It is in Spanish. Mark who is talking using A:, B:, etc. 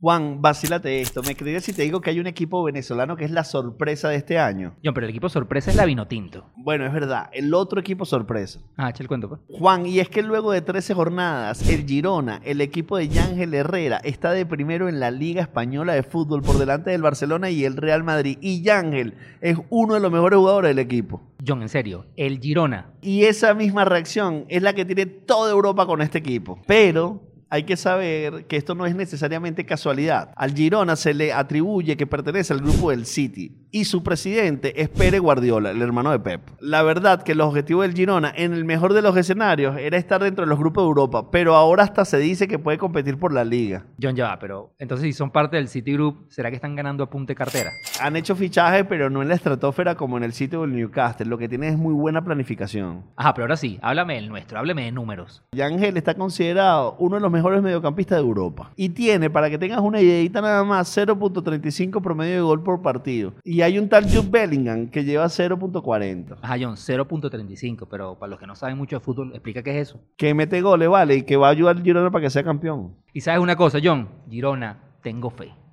A: Juan, vacílate esto. Me creerías si te digo que hay un equipo venezolano que es la sorpresa de este año.
B: Yo, pero el equipo sorpresa es la Vinotinto.
A: Bueno, es verdad, el otro equipo sorpresa.
B: Ah, echa el cuento, pues.
A: Juan, y es que luego de 13 jornadas, el Girona, el equipo de Yángel Herrera, está de primero en la Liga Española de Fútbol por delante del Barcelona y el Real Madrid. Y Yángel es uno de los mejores jugadores del equipo.
B: John, en serio, el Girona.
A: Y esa misma reacción es la que tiene toda Europa con este equipo. Pero hay que saber que esto no es necesariamente casualidad. Al Girona se le atribuye que pertenece al grupo del City y su presidente es Pere Guardiola, el hermano de Pep. La verdad que los objetivos del Girona en el mejor de los escenarios era estar dentro de los grupos de Europa, pero ahora hasta se dice que puede competir por la liga.
B: John, ya va, pero entonces si son parte del Citigroup, ¿será que están ganando a punta de cartera?
A: Han hecho fichajes, pero no en la estratosfera como en el sitio del Newcastle. Lo que tienen es muy buena planificación.
B: Ajá, pero ahora sí, háblame del nuestro, háblame de números.
A: Yangel está considerado uno de los mejores mediocampistas de Europa. Y tiene, para que tengas una ideita nada más, 0.35 promedio de gol por partido. Y hay un tal Jude Bellingham que lleva 0.40.
B: Ajá, John, 0.35, pero para los que no saben mucho de fútbol, explica qué es eso.
A: Que mete goles, vale, y que va a ayudar al Girona para que sea campeón.
B: Y sabes una cosa, John, Girona, tengo fe.